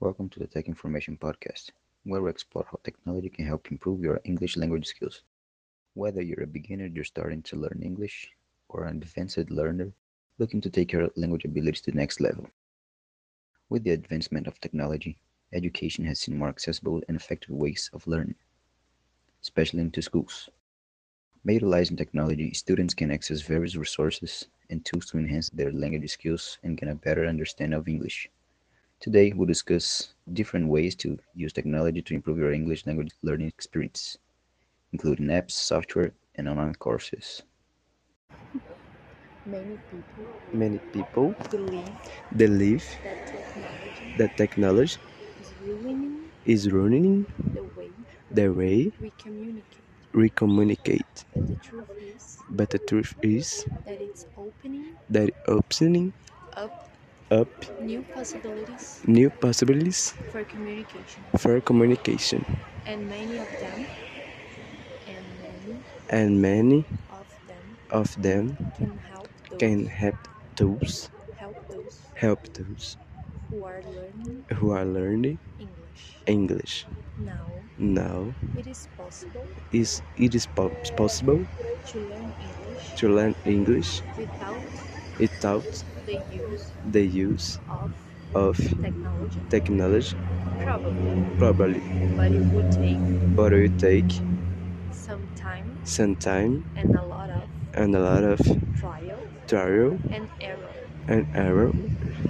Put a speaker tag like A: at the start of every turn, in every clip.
A: Welcome to the Tech Information Podcast, where we explore how technology can help improve your English language skills. Whether you're a beginner just starting to learn English or an advanced learner looking to take your language abilities to the next level. With the advancement of technology, education has seen more accessible and effective ways of learning, especially into schools. By utilizing technology, students can access various resources and tools to enhance their language skills and gain a better understanding of English. Today, we'll discuss different ways to use technology to improve your English language learning experience, including apps, software, and online courses.
B: Many people
C: many people
B: believe
C: believe
B: that technology
C: that technology
B: is ruining
C: is ruining
B: the way
C: the way
B: we communicate,
C: we communicate,
B: but the truth is
C: but the truth is
B: that it's opening
C: that it's opening
B: up
C: up
B: new possibilities
C: new possibilities
B: for communication,
C: for communication,
B: and many of them, and many
C: and many
B: of them
C: of them
B: can help those,
C: can help those
B: help those
C: help those
B: who are learning
C: who are learning
B: English.
C: English.
B: Now
C: Now
B: it is possible
C: is it is po- possible
B: to learn English
C: to learn English
B: without
C: without
B: the use
C: the use
B: of
C: of
B: technology.
C: technology
B: Probably,
C: probably
B: but it would take
C: but it will take
B: some time
C: some time
B: and a lot of
C: and a lot of
B: trial
C: trial
B: and error.
C: and error.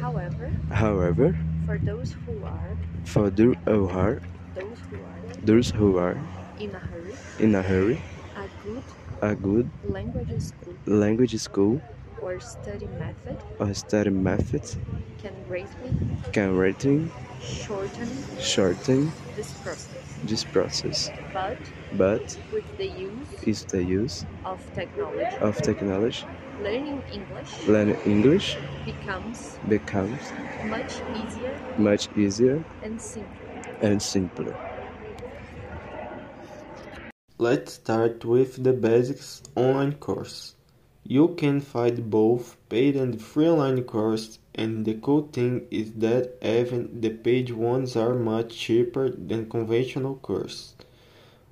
B: However,
C: However,
B: for those who are
C: for those who are,
B: those who are
C: those who are
B: in a hurry,
C: in a hurry,
B: a good
C: a good
B: language school
C: language school
B: or study method
C: or study method
B: can greatly
C: can greatly
B: shorten
C: shorten
B: this process.
C: this process.
B: But
C: But
B: with the use
C: is the use
B: of technology,
C: of technology,
B: learning English
C: learning English
B: becomes
C: becomes
B: much easier
C: much easier
B: and simpler.
C: and simpler.
D: Let's start with the basics online course. You can find both paid and free online courses, and the cool thing is that even the paid ones are much cheaper than conventional courses.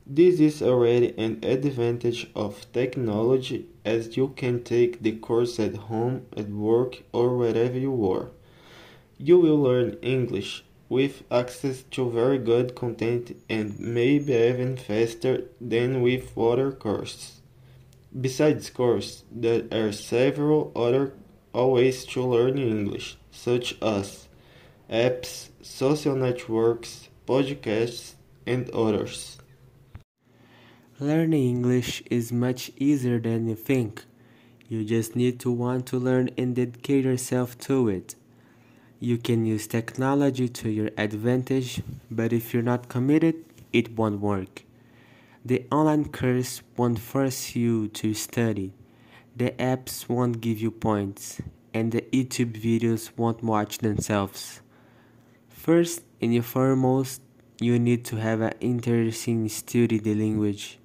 D: This is already an advantage of technology as you can take the course at home, at work, or wherever you are. You will learn English with access to very good content and maybe even faster than with other courses. Besides courses, there are several other ways to learn English, such as apps, social networks, podcasts, and others.
E: Learning English is much easier than you think. You just need to want to learn and dedicate yourself to it. You can use technology to your advantage, but if you're not committed, it won't work. The online course won't force you to study. The apps won't give you points, and the YouTube videos won't watch themselves. First and foremost, you need to have an interest in studying the language.